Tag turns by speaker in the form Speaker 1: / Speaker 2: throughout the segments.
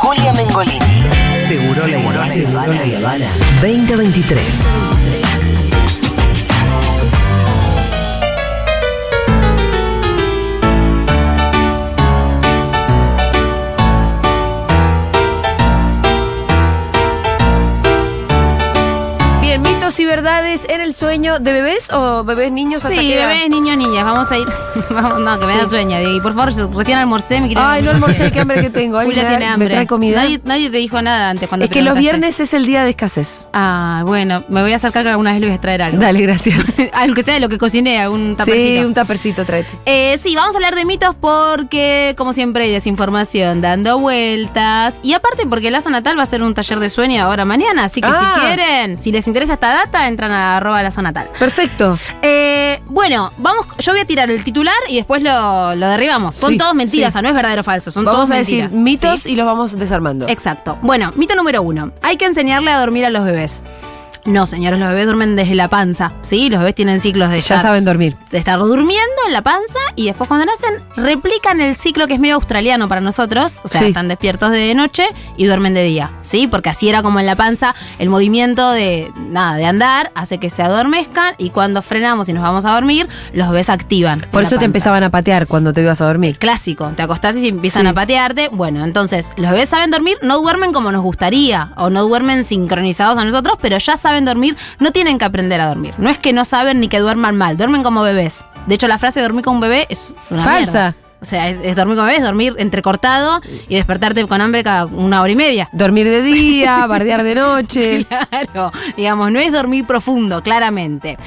Speaker 1: Julia Mengolini.
Speaker 2: Seguro la Habana. Seguro la Habana. 2023.
Speaker 3: Bien, mitos y verdades en el sueño de bebés o bebés niños hasta
Speaker 4: Sí,
Speaker 3: qué edad?
Speaker 4: bebés, niños, niñas, vamos a ir. Vamos, no, que me da
Speaker 3: Sí.
Speaker 4: sueño, Diego. Y por favor, yo recién almorcé, me quiero.
Speaker 3: Ay, no almorcé, qué hambre que tengo. Ay,
Speaker 4: Julia
Speaker 3: me da-
Speaker 4: tiene
Speaker 3: me
Speaker 4: hambre.
Speaker 3: trae comida.
Speaker 4: Nadie, nadie te dijo nada antes cuando
Speaker 3: Es que los
Speaker 4: preguntaste.
Speaker 3: viernes es el día de escasez.
Speaker 4: Ah, bueno, me voy a acercar que alguna vez le voy a traer algo.
Speaker 3: Dale, gracias.
Speaker 4: Aunque sea de lo que cociné, algún tapercito.
Speaker 3: Sí, un tapercito tráete.
Speaker 4: Eh, sí, vamos a hablar de mitos porque, como siempre, hay desinformación dando vueltas. Y aparte, porque Lazo Natal va a hacer un taller de sueño ahora mañana. Así que
Speaker 3: Ah.
Speaker 4: si quieren, si les interesa esta data, entran a arroba Lazo Natal.
Speaker 3: Perfecto.
Speaker 4: Eh, bueno, vamos, yo voy a tirar el titular y después lo, lo derribamos. Son
Speaker 3: Sí,
Speaker 4: todos mentiras,
Speaker 3: sí.
Speaker 4: o sea, no es verdadero o falso, son
Speaker 3: Vamos
Speaker 4: todos
Speaker 3: a decir
Speaker 4: mentiras.
Speaker 3: mitos
Speaker 4: Sí,
Speaker 3: y los vamos desarmando.
Speaker 4: Exacto. Bueno, mito número uno. Hay que enseñarle a dormir a los bebés. No, señores, los bebés duermen desde la panza. Sí, los bebés tienen ciclos de
Speaker 3: ya
Speaker 4: estar-
Speaker 3: saben dormir.
Speaker 4: de estar durmiendo en la panza y después cuando nacen replican el ciclo que es medio australiano para nosotros, o sea,
Speaker 3: Sí.
Speaker 4: están despiertos de noche y duermen de día, ¿sí? Porque así era como en la panza el movimiento de nada, de andar hace que se adormezcan y cuando frenamos y nos vamos a dormir, los bebés activan. en
Speaker 3: Por
Speaker 4: la
Speaker 3: eso te
Speaker 4: panza.
Speaker 3: empezaban a patear cuando te ibas a dormir.
Speaker 4: Clásico, te acostás y empiezan
Speaker 3: Sí.
Speaker 4: a patearte. Bueno, entonces, los bebés saben dormir, no duermen como nos gustaría, o no duermen sincronizados a nosotros, pero ya saben dormir, no tienen que aprender a dormir. No es que no saben ni que duerman mal, duermen como bebés. De hecho, la frase dormir como un bebé es una
Speaker 3: Falsa.
Speaker 4: mierda. O sea, es, es dormir como bebé, es dormir entrecortado y despertarte con hambre cada una hora y media.
Speaker 3: Dormir de día, bardear de noche.
Speaker 4: Claro, digamos, no es dormir profundo, claramente.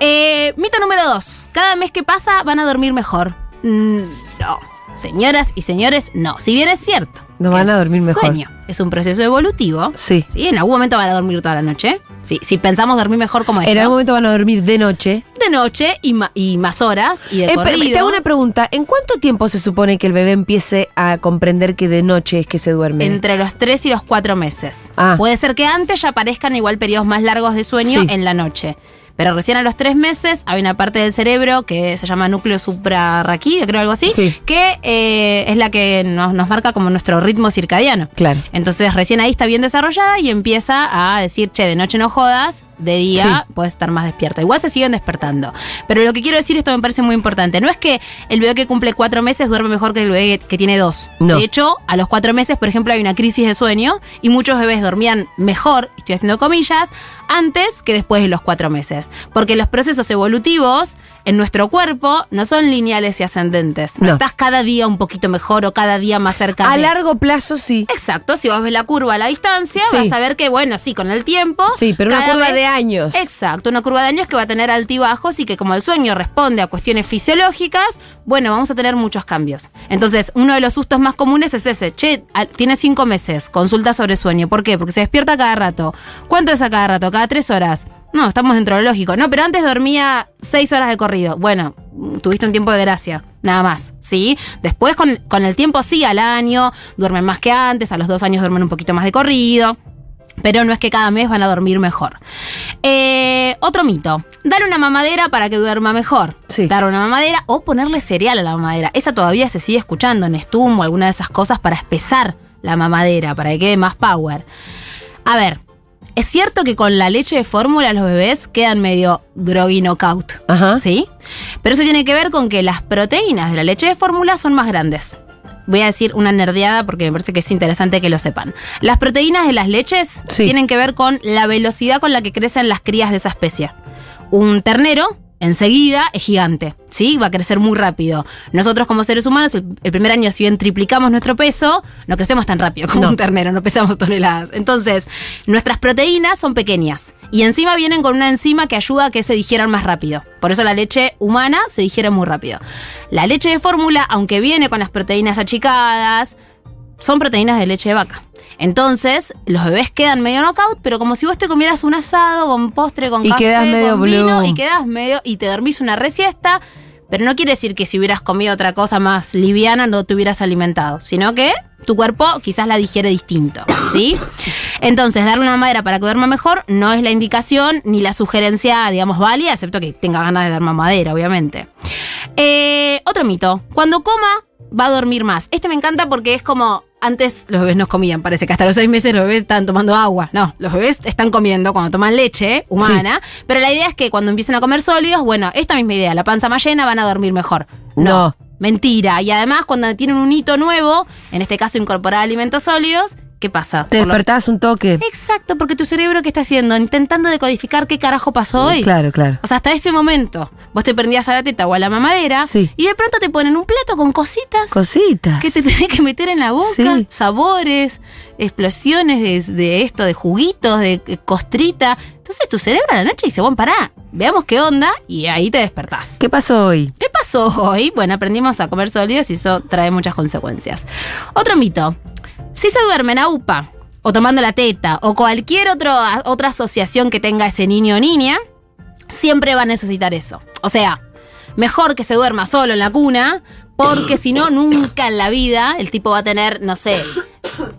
Speaker 4: Eh, mito número dos. Cada mes que pasa van a dormir mejor. Mm, no. Señoras y señores, no. Si bien es cierto.
Speaker 3: No
Speaker 4: que
Speaker 3: van a
Speaker 4: el
Speaker 3: dormir mejor.
Speaker 4: Sueño es un proceso evolutivo.
Speaker 3: Sí.
Speaker 4: Sí, en algún momento van a dormir toda la noche. Sí, si pensamos dormir mejor como eso.
Speaker 3: En algún momento van a dormir de noche.
Speaker 4: de noche y, ma- y más horas y de
Speaker 3: Eh, pero
Speaker 4: corrido.
Speaker 3: te hago una pregunta. ¿En cuánto tiempo se supone que el bebé empiece a comprender que de noche es que se duerme?
Speaker 4: Entre los 3 y los 4 meses.
Speaker 3: Ah.
Speaker 4: Puede ser que antes ya aparezcan igual periodos más largos de sueño
Speaker 3: Sí.
Speaker 4: en la noche. Pero recién a los 3 meses hay una parte del cerebro que se llama núcleo suprarraquídeo, creo algo así,
Speaker 3: Sí.
Speaker 4: que eh, es la que nos, nos marca como nuestro ritmo circadiano.
Speaker 3: Claro.
Speaker 4: Entonces recién ahí está bien desarrollada y empieza a decir, che, de noche no jodas, de día puedes estar más despierta. Igual se siguen despertando. Pero lo que quiero decir, esto me parece muy importante, no es que el bebé que cumple cuatro meses duerme mejor que el bebé que tiene dos.
Speaker 3: No.
Speaker 4: De hecho, a los cuatro meses, por ejemplo, hay una crisis de sueño y muchos bebés dormían mejor, estoy haciendo comillas, antes que después de los cuatro meses. Porque los procesos evolutivos en nuestro cuerpo no son lineales y ascendentes. No,
Speaker 3: No.
Speaker 4: estás cada día un poquito mejor o cada día más cerca
Speaker 3: A
Speaker 4: de-
Speaker 3: largo plazo sí.
Speaker 4: Exacto, si vos ves la curva a la distancia,
Speaker 3: Sí.
Speaker 4: vas a ver que, bueno, sí, con el tiempo.
Speaker 3: Sí, pero una
Speaker 4: cada
Speaker 3: curva
Speaker 4: vez-
Speaker 3: de años.
Speaker 4: Exacto, una curva de años que va a tener altibajos y que como el sueño responde a cuestiones fisiológicas, bueno, vamos a tener muchos cambios. Entonces, uno de los sustos más comunes es ese, che, al- tiene cinco meses, consulta sobre sueño. ¿Por qué? Porque se despierta cada rato. ¿Cuánto es a cada rato? Cada tres horas. No, estamos dentro de lo lógico. No, pero antes dormía seis horas de corrido. Bueno, mm, tuviste un tiempo de gracia. Nada más, ¿sí? Después con, con el tiempo sí, al año, duermen más que antes, a los dos años duermen un poquito más de corrido. Pero no es que cada mes van a dormir mejor. Eh, otro mito. Dar una mamadera para que duerma mejor.
Speaker 3: Sí.
Speaker 4: Dar una mamadera o ponerle cereal a la mamadera. Esa todavía se sigue escuchando en Stum o alguna de esas cosas para espesar la mamadera, para que quede más power. A ver, es cierto que con la leche de fórmula los bebés quedan medio groggy knockout.
Speaker 3: Ajá.
Speaker 4: ¿Sí? Pero eso tiene que ver con que las proteínas de la leche de fórmula son más grandes. Voy a decir una nerdeada porque me parece que es interesante que lo sepan. Las proteínas de las leches
Speaker 3: Sí.
Speaker 4: tienen que ver con la velocidad con la que crecen las crías de esa especie. Un ternero enseguida es gigante, ¿sí? Va a crecer muy rápido. Nosotros como seres humanos, el, el primer año, si bien triplicamos nuestro peso, no crecemos tan rápido como
Speaker 3: No.
Speaker 4: un ternero, no pesamos toneladas. Entonces, nuestras proteínas son pequeñas y encima vienen con una enzima que ayuda a que se digieran más rápido. Por eso la leche humana se digiere muy rápido. La leche de fórmula, aunque viene con las proteínas achicadas, son proteínas de leche de vaca. Entonces, los bebés quedan medio knockout, pero como si vos te comieras un asado con postre, con
Speaker 3: Y
Speaker 4: café,
Speaker 3: quedás medio
Speaker 4: con vino,
Speaker 3: blue.
Speaker 4: y quedás medio y te dormís una resiesta, pero no quiere decir que si hubieras comido otra cosa más liviana no te hubieras alimentado, sino que tu cuerpo quizás la digiere distinto, ¿sí? Entonces, darle una madera para que duerma mejor no es la indicación ni la sugerencia, digamos, válida, excepto que tenga ganas de dar mamadera, obviamente. Eh, otro mito. Cuando coma, va a dormir más. Este me encanta porque es como Antes los bebés no comían, parece que hasta los seis meses los bebés están tomando agua. No, los bebés están comiendo cuando toman leche humana, pero la idea es que cuando empiecen a comer sólidos, bueno, esta misma idea, la panza más llena, van a dormir mejor.
Speaker 3: No.
Speaker 4: Mentira. Y además, cuando tienen un hito nuevo, en este caso incorporar alimentos sólidos, ¿qué pasa?
Speaker 3: Te
Speaker 4: Por lo-
Speaker 3: despertás un toque.
Speaker 4: Exacto, porque tu cerebro, ¿qué está haciendo? Intentando decodificar qué carajo pasó hoy.
Speaker 3: Claro, claro.
Speaker 4: O sea, hasta ese momento, vos te prendías a la teta o a la mamadera
Speaker 3: Sí.
Speaker 4: y de pronto te ponen un plato con cositas
Speaker 3: Cositas.
Speaker 4: que te tenés que meter en la boca,
Speaker 3: Sí.
Speaker 4: sabores, explosiones de, de esto, de juguitos, de eh, costrita. Entonces tu cerebro a la noche dice, bueno, pará, veamos qué onda y ahí te despertás.
Speaker 3: ¿Qué pasó hoy?
Speaker 4: ¿Qué pasó hoy? Bueno, aprendimos a comer sólidos y eso trae muchas consecuencias. Otro mito. Si se duermen a UPA, o tomando la teta, o cualquier otro, a- otra asociación que tenga ese niño o niña, siempre va a necesitar eso. O sea, mejor que se duerma solo en la cuna, porque si no, nunca en la vida el tipo va a tener, no sé,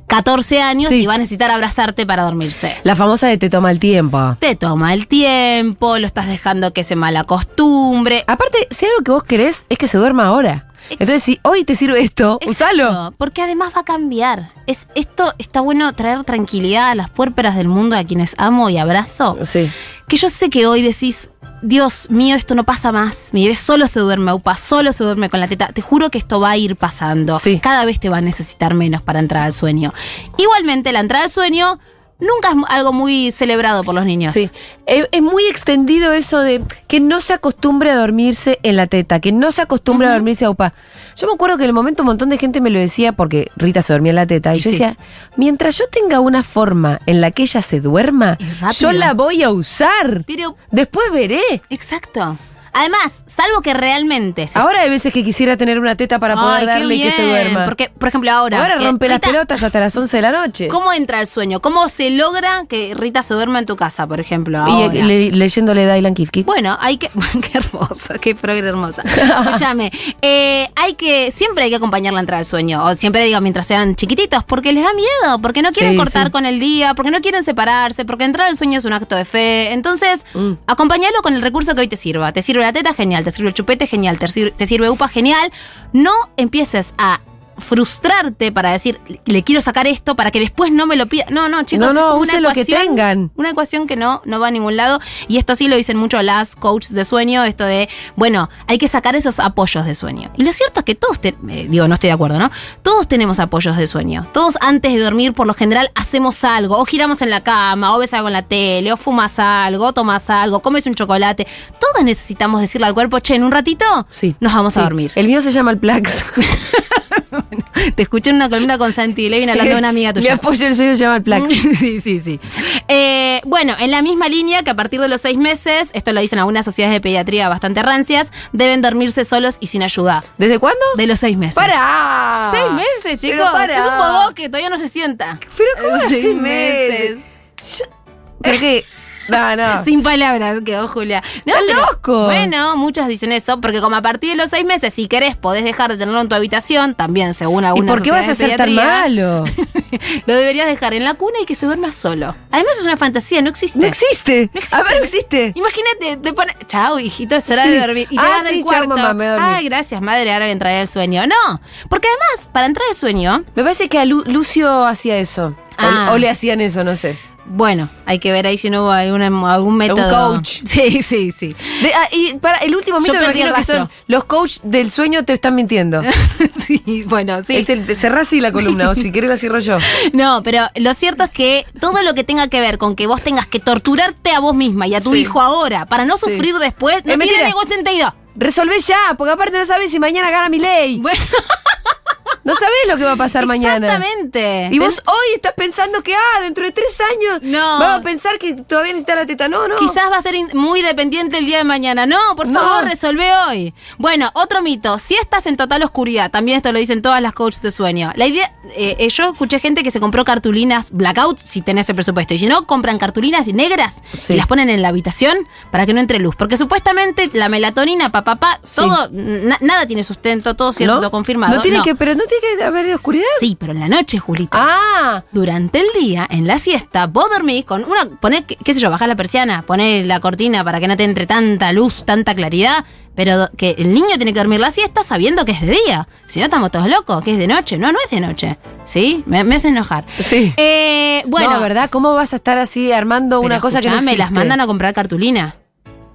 Speaker 4: 14 años
Speaker 3: Sí.
Speaker 4: y va a necesitar abrazarte para dormirse.
Speaker 3: La famosa de te toma el tiempo.
Speaker 4: Te toma el tiempo, lo estás dejando que se malacostumbre.
Speaker 3: Aparte, si hay algo que vos querés es que se duerma ahora. Entonces, si hoy te sirve esto, usalo.
Speaker 4: Exacto, Porque además va a cambiar. Es, esto está bueno traer tranquilidad a las puérperas del mundo, a quienes amo y abrazo.
Speaker 3: Sí.
Speaker 4: Que yo sé que hoy decís, Dios mío, esto no pasa más. Mi bebé solo se duerme a upa, solo se duerme con la teta. Te juro que esto va a ir pasando.
Speaker 3: Sí.
Speaker 4: Cada vez te va a necesitar menos para entrar al sueño. Igualmente, la entrada al sueño nunca es algo muy celebrado por los niños.
Speaker 3: Sí. Es, es muy extendido eso de que no se acostumbre a dormirse en la teta, que no se acostumbre a dormirse a UPA. Yo me acuerdo que en el momento un montón de gente me lo decía porque Rita se dormía en la teta. Y,
Speaker 4: Y
Speaker 3: yo
Speaker 4: sí.
Speaker 3: decía, mientras yo tenga una forma en la que ella se duerma,
Speaker 4: Y
Speaker 3: yo
Speaker 4: rápido.
Speaker 3: la voy a usar.
Speaker 4: Pero,
Speaker 3: Después veré.
Speaker 4: exacto. Además, salvo que realmente se
Speaker 3: Ahora hay veces que quisiera tener una teta para poder
Speaker 4: Ay, qué
Speaker 3: darle y que se
Speaker 4: bien,
Speaker 3: duerma.
Speaker 4: Porque, por ejemplo, ahora.
Speaker 3: Ahora
Speaker 4: que
Speaker 3: rompe las
Speaker 4: Rita-
Speaker 3: pelotas hasta las 11 de la noche.
Speaker 4: ¿Cómo entra el sueño? ¿Cómo se logra que Rita se duerma en tu casa, por ejemplo? ahora?
Speaker 3: Y eh, le- leyéndole Dylan Kifke.
Speaker 4: Bueno, hay que. Qué hermosa, qué progre hermosa. Escúchame. eh, hay que. Siempre hay que acompañar la entrada al sueño. O siempre digo, mientras sean chiquititos, porque les da miedo, porque no quieren
Speaker 3: Sí,
Speaker 4: cortar
Speaker 3: sí.
Speaker 4: con el día, porque no quieren separarse, porque entrar al sueño es un acto de fe. Entonces,
Speaker 3: Mm.
Speaker 4: acompañalo con el recurso que hoy te sirva. Te sirve la teta, genial. Te sirve el chupete, genial. Te sirve, te sirve UPA, genial. No empieces a frustrarte para decir le quiero sacar esto para que después no me lo pida no no chicos
Speaker 3: No, no,
Speaker 4: es como
Speaker 3: usen
Speaker 4: una
Speaker 3: lo que
Speaker 4: ecuación-
Speaker 3: tengan.
Speaker 4: una ecuación que no, no va a ningún lado. Y esto sí lo dicen mucho las coaches de sueño, esto de, bueno, hay que sacar esos apoyos de sueño. Y lo cierto es que todos, te- eh, digo, no estoy de acuerdo, ¿no? Todos tenemos apoyos de sueño. Todos antes de dormir, por lo general, hacemos algo. O giramos en la cama, o ves algo en la tele, o fumas algo, o tomas algo, comes un chocolate. Todos necesitamos decirle al cuerpo, che, en un ratito
Speaker 3: Sí.
Speaker 4: nos vamos a
Speaker 3: Sí.
Speaker 4: dormir.
Speaker 3: El mío se llama el Plax.
Speaker 4: Te escuché en una columna con Santi Levin hablando de una amiga tuya.
Speaker 3: Mi apoyo el sueño se llama el Plax.
Speaker 4: sí, sí, sí. Eh, bueno, en la misma línea que a partir de los seis meses, esto lo dicen algunas sociedades de pediatría bastante rancias, deben dormirse solos y sin ayuda.
Speaker 3: ¿Desde cuándo?
Speaker 4: De los seis meses.
Speaker 3: ¡Para!
Speaker 4: ¡Seis meses,
Speaker 3: Pero
Speaker 4: chicos!
Speaker 3: para.
Speaker 4: Es un bodoque, todavía no se sienta.
Speaker 3: ¿Pero cómo era
Speaker 4: Seis
Speaker 3: seis meses? Pero que. No, no.
Speaker 4: Sin palabras quedó Julia. No,
Speaker 3: ¡Está
Speaker 4: pero-
Speaker 3: loco!
Speaker 4: Bueno, muchos dicen eso, porque como a partir de los seis meses, si querés, podés dejar de tenerlo en tu habitación, también según
Speaker 3: ¿Y
Speaker 4: algunas
Speaker 3: por qué vas a
Speaker 4: sociedades de
Speaker 3: ser tan
Speaker 4: pediatría,
Speaker 3: malo?
Speaker 4: Lo deberías dejar en la cuna y que se duerma solo. Además es una fantasía, no existe.
Speaker 3: No existe.
Speaker 4: No existe.
Speaker 3: A ver, no existe.
Speaker 4: Imagínate, te pone, chao, hijito, es hora
Speaker 3: Sí.
Speaker 4: de dormir. Y te
Speaker 3: Ah,
Speaker 4: vas
Speaker 3: sí,
Speaker 4: del
Speaker 3: chau,
Speaker 4: cuarto.
Speaker 3: mamá, me dormí.
Speaker 4: Ay, gracias, madre, ahora voy a entrar al sueño. No, porque además, para entrar al sueño,
Speaker 3: Me parece que a Lu- Lucio hacía eso. O-
Speaker 4: Ah.
Speaker 3: O, le hacían eso, no sé.
Speaker 4: bueno, hay que ver ahí si no hubo algún, algún método.
Speaker 3: coach.
Speaker 4: Sí, sí, sí.
Speaker 3: De- ah, y para el último
Speaker 4: Yo
Speaker 3: mito me
Speaker 4: perdí el
Speaker 3: imagino que son
Speaker 4: rastro.
Speaker 3: los coach del sueño te están mintiendo.
Speaker 4: sí, bueno, sí.
Speaker 3: Es el, cerrás así la columna, o si querés la cierro yo.
Speaker 4: No, pero lo cierto es que todo lo que tenga que ver con que vos tengas que torturarte a vos misma y a tu
Speaker 3: Sí.
Speaker 4: hijo ahora para no
Speaker 3: Sí.
Speaker 4: sufrir después, no
Speaker 3: Es
Speaker 4: tiene
Speaker 3: mentira.
Speaker 4: ningún sentido.
Speaker 3: Resolvé ya, porque aparte no sabés si mañana gana mi ley.
Speaker 4: Bueno,
Speaker 3: No sabés lo que va a pasar mañana.
Speaker 4: exactamente.
Speaker 3: Y vos hoy estás pensando que, ah, dentro de tres años
Speaker 4: No.
Speaker 3: vamos a pensar que todavía necesita la teta. No, no.
Speaker 4: Quizás va a ser in- muy dependiente el día de mañana. No, por
Speaker 3: No.
Speaker 4: favor, resolve hoy. Bueno, otro mito. Si estás en total oscuridad, también esto lo dicen todas las coaches de sueño. La idea, eh, eh, yo escuché gente que se compró cartulinas blackout si tenés el presupuesto. Y si no, compran cartulinas negras
Speaker 3: Sí.
Speaker 4: y las ponen en la habitación para que no entre luz. Porque supuestamente la melatonina, papá, papá,
Speaker 3: Sí.
Speaker 4: todo, na- nada tiene sustento, todo cierto,
Speaker 3: ¿No?
Speaker 4: confirmado.
Speaker 3: No tiene que, pero no tiene que haber oscuridad.
Speaker 4: Sí, pero en la noche, Julita.
Speaker 3: Ah,
Speaker 4: Durante el día, en la siesta, vos dormís con una. Poné, qué, qué sé yo, bajás la persiana, poné la cortina para que no te entre tanta luz, tanta claridad. Pero do- que el niño tiene que dormir la siesta sabiendo que es de día. Si no, estamos todos locos, que es de noche. No, no es de noche. ¿Sí? Me, me hace enojar.
Speaker 3: Sí.
Speaker 4: Eh, bueno,
Speaker 3: No, ¿verdad? ¿Cómo vas a estar así armando
Speaker 4: Pero
Speaker 3: una cosa que no
Speaker 4: escuchame,
Speaker 3: existe?
Speaker 4: las mandan a comprar cartulina.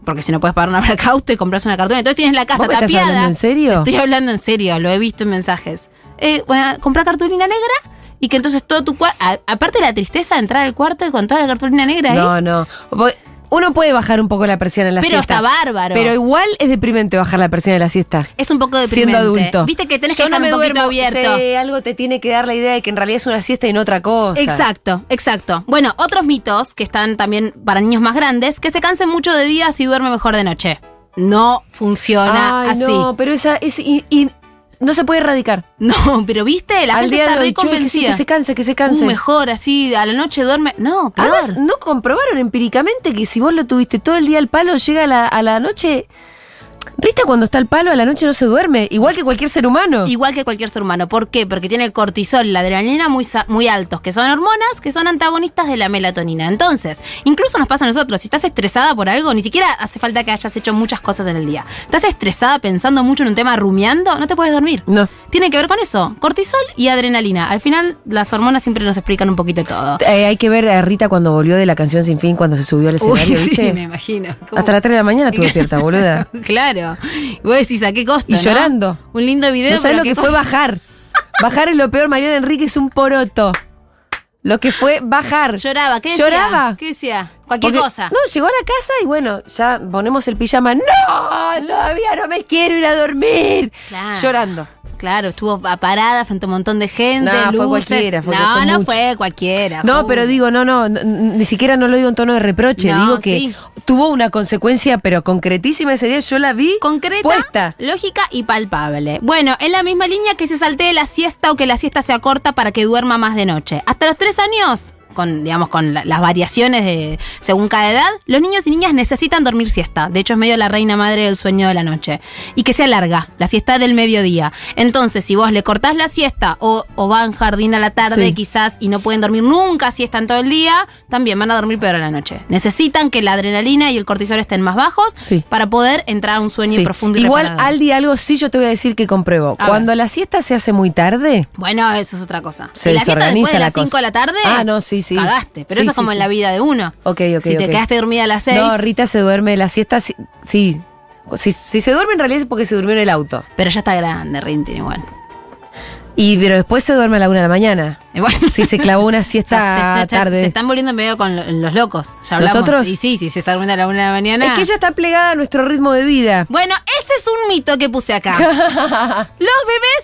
Speaker 4: Porque si no puedes pagar una blackout, te compras una cartulina. Entonces tienes la casa
Speaker 3: ¿Vos me estás
Speaker 4: tapiada.
Speaker 3: hablando en serio?
Speaker 4: Te Estoy hablando en serio, lo he visto en mensajes. Eh, bueno, comprar cartulina negra y que entonces todo tu cuarto. Aparte de la tristeza de entrar al cuarto con toda la cartulina negra ahí.
Speaker 3: No, no. Porque Uno puede bajar un poco la persiana en la
Speaker 4: Pero
Speaker 3: siesta.
Speaker 4: está bárbaro.
Speaker 3: Pero igual es deprimente bajar la persiana en la siesta.
Speaker 4: Es un poco deprimente.
Speaker 3: Siendo adulto.
Speaker 4: Viste que tenés
Speaker 3: Yo
Speaker 4: que
Speaker 3: no
Speaker 4: estar
Speaker 3: me
Speaker 4: un poquito
Speaker 3: duermo,
Speaker 4: abierto.
Speaker 3: sé, algo te tiene que dar la idea de que en realidad es una siesta y no otra cosa.
Speaker 4: Exacto, exacto. Bueno, otros mitos que están también para niños más grandes, que se cansen mucho de día si duerme mejor de noche. No funciona
Speaker 3: Ay,
Speaker 4: así.
Speaker 3: no, pero esa es y, y no se puede erradicar.
Speaker 4: No, pero viste, la
Speaker 3: Al
Speaker 4: gente
Speaker 3: día
Speaker 4: está
Speaker 3: de hoy, che, que sí,
Speaker 4: reconvencida.
Speaker 3: que se canse, que se canse. Ah,
Speaker 4: Uh, mejor así, a la noche duerme. No, peor.
Speaker 3: Además, ¿no comprobaron empíricamente que si vos lo tuviste todo el día al palo, llega a la, a la noche... Rita cuando está al palo, a la noche no se duerme, igual que cualquier ser humano.
Speaker 4: Igual que cualquier ser humano. ¿Por qué? Porque tiene el cortisol y la adrenalina muy, sa- muy altos, que son hormonas que son antagonistas de la melatonina. Entonces, incluso nos pasa a nosotros, si estás estresada por algo, ni siquiera hace falta que hayas hecho muchas cosas en el día. Estás estresada pensando mucho en un tema, rumiando, no te puedes dormir.
Speaker 3: No.
Speaker 4: Tiene que ver con eso, cortisol y adrenalina. Al final, las hormonas siempre nos explican un poquito todo.
Speaker 3: Eh, hay que ver a Rita cuando volvió de la canción Sin Fin, cuando se subió al
Speaker 4: Uy,
Speaker 3: escenario,
Speaker 4: sí,
Speaker 3: ¿viste?
Speaker 4: me imagino. ¿Cómo?
Speaker 3: Hasta las 3 de la mañana estuve despierta, boluda.
Speaker 4: Claro. Y vos decís, ¿a qué costo?
Speaker 3: Y
Speaker 4: no?
Speaker 3: llorando.
Speaker 4: Un lindo video.
Speaker 3: No sabes
Speaker 4: pero
Speaker 3: lo
Speaker 4: ¿qué
Speaker 3: que fue
Speaker 4: costo?
Speaker 3: bajar. Bajar es lo peor, Mariana Enrique es un poroto. Lo que fue bajar.
Speaker 4: Lloraba. ¿Qué decía?
Speaker 3: Lloraba.
Speaker 4: ¿Qué decía? Cualquier
Speaker 3: Porque-
Speaker 4: cosa.
Speaker 3: No, llegó a la casa y bueno, ya ponemos el pijama. ¡No! Todavía no me quiero ir a dormir.
Speaker 4: Claro.
Speaker 3: Llorando.
Speaker 4: Claro, estuvo a- parada frente a un montón de gente.
Speaker 3: No, fue
Speaker 4: luces.
Speaker 3: cualquiera, fue-
Speaker 4: no,
Speaker 3: fue
Speaker 4: no
Speaker 3: mucho.
Speaker 4: fue cualquiera.
Speaker 3: No,
Speaker 4: fue-
Speaker 3: pero digo, no, no, n- n- ni siquiera no lo digo en tono de reproche.
Speaker 4: No,
Speaker 3: digo que
Speaker 4: sí.
Speaker 3: tuvo una consecuencia, pero concretísima ese día. Yo la vi
Speaker 4: Concreta,
Speaker 3: puesta.
Speaker 4: lógica y palpable. Bueno, en la misma línea que se saltee la siesta o que la siesta sea corta para que duerma más de noche. Hasta los tres años, con, digamos, con la- las variaciones de, según cada edad, los niños y niñas necesitan dormir siesta. De hecho, es medio la reina madre del sueño de la noche. Y que sea larga, la siesta del mediodía. Entonces, si vos le cortás la siesta o, o van jardín a la tarde,
Speaker 3: Sí.
Speaker 4: quizás, y no pueden dormir nunca siesta en todo el día, también van a dormir peor a la noche. Necesitan que la adrenalina y el cortisol estén más bajos
Speaker 3: Sí.
Speaker 4: para poder entrar a un sueño
Speaker 3: Sí.
Speaker 4: profundo y
Speaker 3: Igual,
Speaker 4: reparador.
Speaker 3: Aldi, algo sí yo te voy a decir que compruebo.
Speaker 4: A
Speaker 3: Cuando la siesta se hace muy tarde,
Speaker 4: Bueno, eso es otra cosa.
Speaker 3: Se
Speaker 4: Si la siesta después
Speaker 3: desorganiza
Speaker 4: de
Speaker 3: la
Speaker 4: las
Speaker 3: cosa.
Speaker 4: 5 de la tarde.
Speaker 3: Ah, no, sí, sí.
Speaker 4: Cagaste. Pero
Speaker 3: Sí,
Speaker 4: eso es
Speaker 3: sí,
Speaker 4: como en
Speaker 3: sí.
Speaker 4: la vida de uno.
Speaker 3: Ok, ok,
Speaker 4: Si te
Speaker 3: ok.
Speaker 4: quedaste dormida a las 6.
Speaker 3: No, Rita se duerme la siesta. Sí. sí. Si, si se duerme en realidad es porque se durmió en el auto.
Speaker 4: Pero ya está grande, Rintin, igual.
Speaker 3: Y pero después se duerme a la una de la mañana.
Speaker 4: Igual.
Speaker 3: Si se clavó una
Speaker 4: O sea, se-
Speaker 3: siesta
Speaker 4: se- se-
Speaker 3: tarde.
Speaker 4: Se están volviendo medio con lo- los locos. Ya hablamos.
Speaker 3: ¿Nosotros?
Speaker 4: Y sí, sí, se está durmiendo a la una de la mañana.
Speaker 3: es que ella está plegada a nuestro ritmo de vida.
Speaker 4: Bueno, ese es un mito que puse acá. los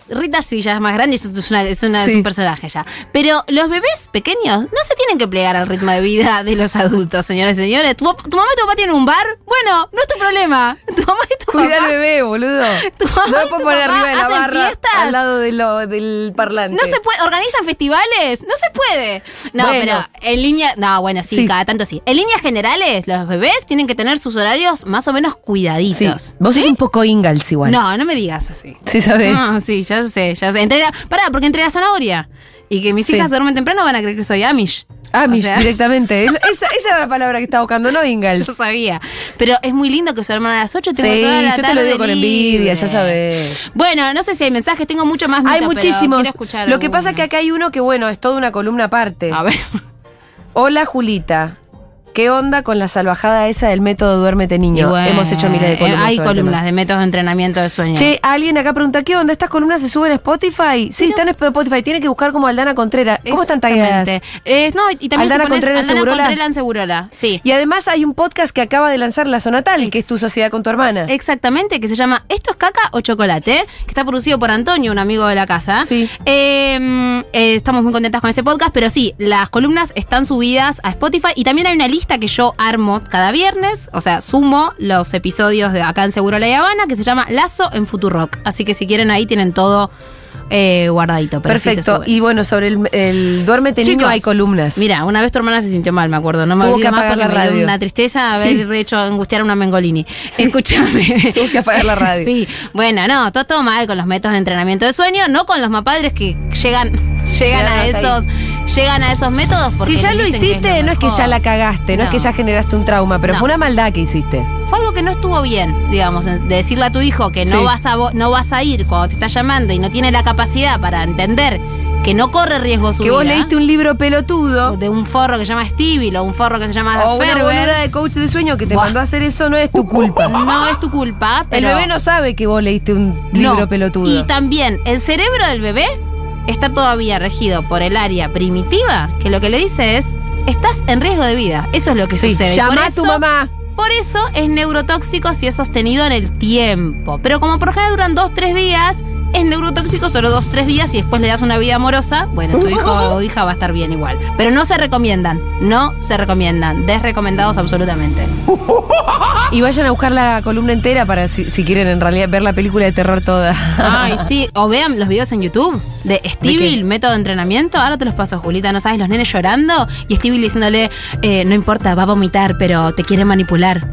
Speaker 4: bebés, Rita sí ya es más grande, es, es una- es una- es
Speaker 3: Sí.
Speaker 4: un personaje ya. Pero los bebés pequeños no se tienen que plegar al ritmo de vida de los adultos, señores y señores. ¿Tu, pap- tu mamá y tu papá tienen un bar? Bueno, no es tu problema. Tu mamá y tu
Speaker 3: Cuida al
Speaker 4: papá.
Speaker 3: bebé, boludo.
Speaker 4: Tu mamá
Speaker 3: no
Speaker 4: y
Speaker 3: lo puedo
Speaker 4: tu
Speaker 3: poner
Speaker 4: papá
Speaker 3: arriba de la
Speaker 4: hacen
Speaker 3: barra
Speaker 4: fiestas.
Speaker 3: al lado de lo- del parlante.
Speaker 4: No se puede, organizan festivales, no se puede. No,
Speaker 3: Bueno.
Speaker 4: pero en línea, no, bueno, sí,
Speaker 3: Sí.
Speaker 4: cada tanto sí. En líneas generales, los bebés tienen que tener sus horarios más o menos
Speaker 3: Sí.
Speaker 4: cuidaditos.
Speaker 3: Vos sos un poco Ingalls igual.
Speaker 4: No, no me digas así.
Speaker 3: Sí, sabes.
Speaker 4: No, Ah, sí, ya sé, ya sé. Entre la- pará, porque entre la zanahoria y que mis
Speaker 3: Sí.
Speaker 4: hijas se duermen temprano van a creer que soy Amish.
Speaker 3: Ah,
Speaker 4: O
Speaker 3: mi-
Speaker 4: sea,
Speaker 3: directamente. Es- Esa, esa era la palabra que estaba buscando, no Ingalls.
Speaker 4: Yo sabía. Pero es muy lindo que se duerman a las 8 tengo
Speaker 3: Sí,
Speaker 4: toda la
Speaker 3: yo te lo digo
Speaker 4: tarde
Speaker 3: con
Speaker 4: libre.
Speaker 3: envidia, ya sabes.
Speaker 4: Bueno, no sé si hay mensajes, tengo mucho más
Speaker 3: Hay
Speaker 4: mitos, pero
Speaker 3: muchísimos.
Speaker 4: quiero escuchar
Speaker 3: Lo que pasa que
Speaker 4: alguno.
Speaker 3: acá hay uno que, bueno, es toda una columna aparte.
Speaker 4: A ver.
Speaker 3: Hola, Julita. ¿Qué onda con la salvajada esa del método duérmete
Speaker 4: Y
Speaker 3: niño?
Speaker 4: bueno, eh,
Speaker 3: Hemos hecho miles de columnas.
Speaker 4: Hay
Speaker 3: sobre el tema.
Speaker 4: columnas de métodos de entrenamiento de sueño.
Speaker 3: Che, alguien acá pregunta, ¿qué onda? ¿Estas columnas se suben a Spotify? Sí, están en Spotify. Tiene que buscar como Aldana Contreras. ¿Cómo están tagueadas?
Speaker 4: Exactamente. Eh, no, y también
Speaker 3: Aldana
Speaker 4: si pones
Speaker 3: Contreras en
Speaker 4: Aldana
Speaker 3: Segurola.
Speaker 4: Contreras en Segurola. Sí.
Speaker 3: Y además hay un podcast que acaba de lanzar La Sonatal, que es tu sociedad con tu hermana.
Speaker 4: Exactamente, que se llama Esto es caca o chocolate, que está producido por Antonio, un amigo de la casa.
Speaker 3: Sí.
Speaker 4: Eh, mm, eh, estamos muy contentas con ese podcast, pero sí, las columnas están subidas a Spotify y también hay una lista que yo armo cada viernes, o sea, sumo los episodios de acá en Seguro La Habana, que se llama Lazo en Futurock. Así que si quieren ahí tienen todo eh, guardadito. pero sí se
Speaker 3: Perfecto.
Speaker 4: sube.
Speaker 3: y bueno, sobre el, el duérmete niño
Speaker 4: Chicos,
Speaker 3: hay columnas.
Speaker 4: Mira, una vez tu hermana se sintió mal, me acuerdo. No me
Speaker 3: Tuvo
Speaker 4: olvido
Speaker 3: que
Speaker 4: más
Speaker 3: apagar
Speaker 4: porque
Speaker 3: la
Speaker 4: me dio
Speaker 3: radio.
Speaker 4: una tristeza
Speaker 3: Sí.
Speaker 4: haber hecho angustiar a una Mengolini. Escúchame.
Speaker 3: Tuvo que apagar la radio.
Speaker 4: Sí. Bueno, no, todo, todo mal con los métodos de entrenamiento de sueño, no con los mapadres que llegan llegan a
Speaker 3: hasta
Speaker 4: esos, llegan a esos métodos. Porque
Speaker 3: Si ya
Speaker 4: les
Speaker 3: lo
Speaker 4: dicen que
Speaker 3: hiciste,
Speaker 4: lo
Speaker 3: no es que ya
Speaker 4: mejor.
Speaker 3: la cagaste, no, es que
Speaker 4: No.
Speaker 3: ya generaste un trauma, pero
Speaker 4: No.
Speaker 3: fue una maldad que hiciste.
Speaker 4: Fue algo que no estuvo bien, digamos, en- de decirle a tu hijo que no
Speaker 3: Sí.
Speaker 4: vas a vo- no vas a ir cuando te está llamando y no tiene la capacidad para entender que no corre riesgo su
Speaker 3: que vos
Speaker 4: vida,
Speaker 3: leíste un libro pelotudo
Speaker 4: de un forro que se llama Stevie o un forro que se llama
Speaker 3: o una
Speaker 4: Ferber.
Speaker 3: boluda de coach de sueño que te
Speaker 4: Buah.
Speaker 3: mandó a hacer eso, no es tu culpa.
Speaker 4: No es tu culpa,
Speaker 3: Uh, El
Speaker 4: pero
Speaker 3: bebé no sabe que vos leíste un
Speaker 4: No.
Speaker 3: libro pelotudo.
Speaker 4: Y también el cerebro del bebé está todavía regido por el área primitiva, que lo que le dice es, estás en riesgo de vida. Eso es lo que
Speaker 3: Sí,
Speaker 4: sucede. Y por
Speaker 3: llama a tu
Speaker 4: eso-
Speaker 3: mamá.
Speaker 4: Por eso es neurotóxico si es sostenido en el tiempo. Pero como por general duran dos, tres días, es neurotóxico solo dos, tres días y después le das una vida amorosa, bueno, tu hijo o hija va a estar bien igual. Pero no se recomiendan, no se recomiendan, desrecomendados absolutamente.
Speaker 3: Y vayan a buscar la columna entera para si, si quieren en realidad ver la película de terror toda.
Speaker 4: Ay, sí. O vean los videos en YouTube de Stevie,
Speaker 3: qué?
Speaker 4: el método de entrenamiento. Ahora te los paso, Julita. ¿No sabes? Los nenes llorando y Stevie diciéndole, eh, no importa, va a vomitar, pero te quiere manipular.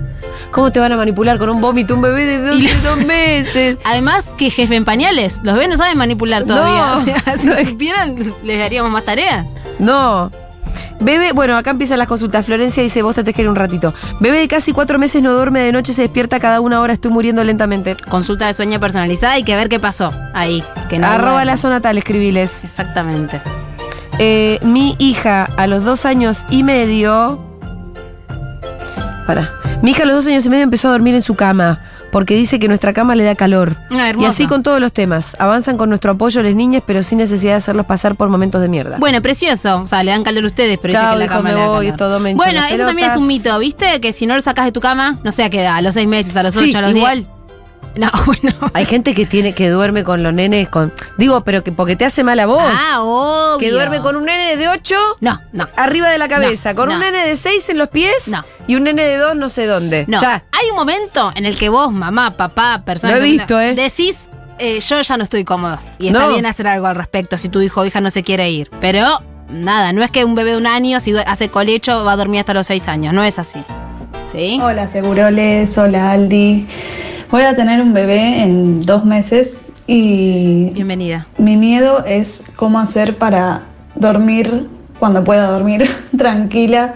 Speaker 3: ¿Cómo te van a manipular con un vómito un bebé de dos,
Speaker 4: Y
Speaker 3: de dos meses?
Speaker 4: Además, que jefe en pañales. Los bebés no saben manipular
Speaker 3: No.
Speaker 4: todavía. O sea, si supieran, les daríamos más tareas.
Speaker 3: No. Bebe, bueno, acá empiezan las consultas. Florencia dice, vos te que un ratito. Bebé de casi cuatro meses no duerme de noche, se despierta cada una hora, estoy muriendo lentamente.
Speaker 4: Consulta de sueño personalizada y que ver qué pasó ahí. Que no
Speaker 3: Arroba
Speaker 4: duermen.
Speaker 3: la zona tal, escribiles.
Speaker 4: Exactamente.
Speaker 3: Eh, mi hija a los dos años y medio. Para. Mi hija a los dos años y medio empezó a dormir en su cama porque dice que nuestra cama le da calor.
Speaker 4: Ah,
Speaker 3: y
Speaker 4: hermoso.
Speaker 3: así con todos los temas. Avanzan con nuestro apoyo las niñas, pero sin necesidad de hacerlos pasar por momentos de mierda.
Speaker 4: Bueno, precioso. O sea, le dan calor a ustedes, pero
Speaker 3: Chao,
Speaker 4: dice que la
Speaker 3: hijo,
Speaker 4: cama
Speaker 3: me
Speaker 4: le da
Speaker 3: voy,
Speaker 4: calor.
Speaker 3: todo me hincha
Speaker 4: Bueno,
Speaker 3: las
Speaker 4: eso también es
Speaker 3: pelotas.
Speaker 4: un mito, ¿viste? Que si no lo sacas de tu cama, no sé a qué edad, a los seis meses, a los
Speaker 3: Sí,
Speaker 4: ocho, a los diez.
Speaker 3: igual.
Speaker 4: No, bueno.
Speaker 3: Hay gente que tiene que duerme con los nenes con digo, pero que porque te hace mal a vos,
Speaker 4: Ah, obvio.
Speaker 3: que duerme con un nene de 8
Speaker 4: No, no.
Speaker 3: arriba de la cabeza, con un
Speaker 4: no.
Speaker 3: nene de 6 en los pies
Speaker 4: No.
Speaker 3: y un nene de 2 no sé dónde.
Speaker 4: No.
Speaker 3: Ya.
Speaker 4: Hay un momento en el que vos, mamá, papá, persona.
Speaker 3: Lo he
Speaker 4: que-
Speaker 3: visto, ¿eh?
Speaker 4: Decís, eh, yo ya no estoy cómodo. Y está
Speaker 3: No.
Speaker 4: bien hacer algo al respecto si tu hijo o hija no se quiere ir. Pero. Nada, no es que un bebé de un año, si due- hace colecho, va a dormir hasta los seis años. No es así. ¿Sí?
Speaker 1: Hola Seguroles, hola Aldi. Voy a tener un bebé en dos meses y
Speaker 4: Bienvenida.
Speaker 1: mi miedo es cómo hacer para dormir cuando pueda dormir tranquila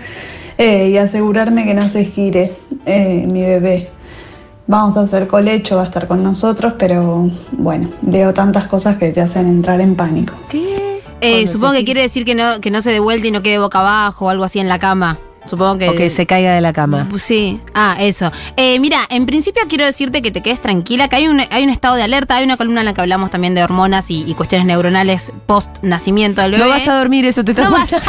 Speaker 1: eh, y asegurarme que no se gire eh, mi bebé. Vamos a hacer colecho, va a estar con nosotros, pero bueno, leo tantas cosas que te hacen entrar en pánico.
Speaker 4: Eh,
Speaker 3: Cuando
Speaker 4: supongo
Speaker 3: se
Speaker 4: que quiere decir que no, que no se dé vuelta y no quede boca abajo o algo así en la cama. Supongo que. eh,
Speaker 3: O que se caiga de la cama.
Speaker 4: Sí, ah, eso. Eh, mira, en principio quiero decirte que te quedes tranquila, que hay un, hay un estado de alerta, hay una columna en la que hablamos también de hormonas y, y cuestiones neuronales post nacimiento del bebé.
Speaker 3: No vas a dormir, eso te está
Speaker 4: No vas a-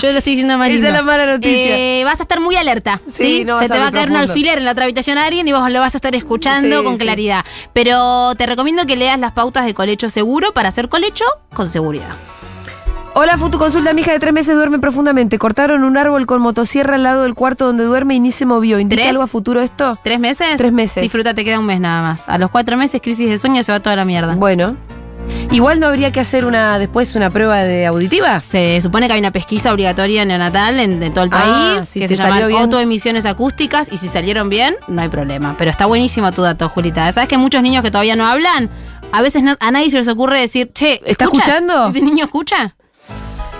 Speaker 4: Yo lo estoy diciendo mal.
Speaker 3: Esa es la mala noticia.
Speaker 4: Eh, vas a estar muy alerta.
Speaker 3: Sí,
Speaker 4: Sí,
Speaker 3: no vas
Speaker 4: Se
Speaker 3: a
Speaker 4: te
Speaker 3: dormir
Speaker 4: va a caer un
Speaker 3: profundo.
Speaker 4: alfiler en la otra habitación a alguien y vos lo vas a estar escuchando
Speaker 3: Sí,
Speaker 4: con
Speaker 3: sí.
Speaker 4: claridad. Pero te recomiendo que leas las pautas de colecho seguro para hacer colecho con seguridad.
Speaker 3: Hola, Futu consulta. Mi hija de tres meses duerme profundamente. Cortaron un árbol con motosierra al lado del cuarto donde duerme y ni se movió. ¿Indica
Speaker 4: ¿Tres?
Speaker 3: algo a futuro esto?
Speaker 4: ¿Tres meses?
Speaker 3: Tres meses.
Speaker 4: Disfrútate, queda un mes nada más. A los cuatro meses, crisis de sueño, se va toda la mierda.
Speaker 3: Bueno. Igual no habría que hacer una después una prueba de auditiva.
Speaker 4: Se supone que hay una pesquisa obligatoria neonatal en, de todo el
Speaker 3: Ah,
Speaker 4: país,
Speaker 3: si
Speaker 4: que
Speaker 3: te
Speaker 4: se
Speaker 3: salió
Speaker 4: llaman
Speaker 3: bien.
Speaker 4: autoemisiones acústicas, y si salieron bien, no hay problema. Pero está buenísimo tu dato, Julita. Sabes que muchos niños que todavía no hablan, a veces no- a nadie se les ocurre decir, che,
Speaker 3: ¿Está
Speaker 4: ¿escucha?
Speaker 3: escuchando?
Speaker 4: ¿Este niño escucha?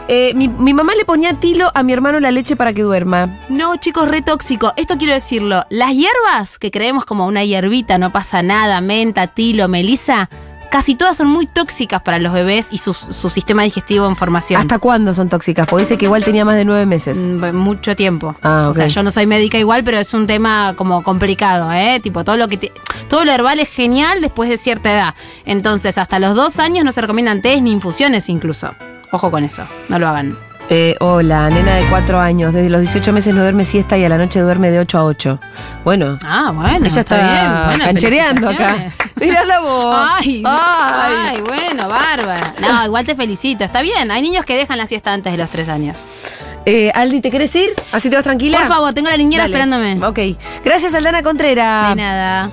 Speaker 3: Eh, mi, mi mamá le ponía tilo a mi hermano la leche para que duerma.
Speaker 4: No, chicos, re tóxico. Esto quiero decirlo. Las hierbas, que creemos como una hierbita, no pasa nada, menta, tilo, melisa, casi todas son muy tóxicas para los bebés y su, su sistema digestivo en formación.
Speaker 3: ¿Hasta cuándo son tóxicas? Porque dice que igual tenía más de nueve meses.
Speaker 4: Mm, Mucho tiempo.
Speaker 3: Ah,
Speaker 4: O sea,
Speaker 3: ok.
Speaker 4: yo no soy médica igual, pero es un tema como complicado, ¿eh? Tipo, todo lo que te- todo lo herbal es genial después de cierta edad. Entonces, hasta los dos años no se recomiendan tés ni infusiones incluso. Ojo con eso, no lo hagan.
Speaker 3: Eh, hola, nena de cuatro años. Desde los 18 meses no duerme siesta y a la noche duerme de 8 a 8. Bueno.
Speaker 4: Ah, bueno,
Speaker 3: Ella está,
Speaker 4: bueno,
Speaker 3: canchereando acá.
Speaker 4: felicitaciones.
Speaker 3: Mirá la voz.
Speaker 4: Ay, ay, bueno, bárbara. No, igual te felicito, está bien. Hay niños que dejan la siesta antes de los tres años.
Speaker 3: Eh, Aldi, ¿te querés ir? ¿Así te vas tranquila?
Speaker 4: Por favor, tengo la niñera
Speaker 3: Dale.
Speaker 4: esperándome.
Speaker 3: Ok. Gracias, Aldana Contreras.
Speaker 4: De nada.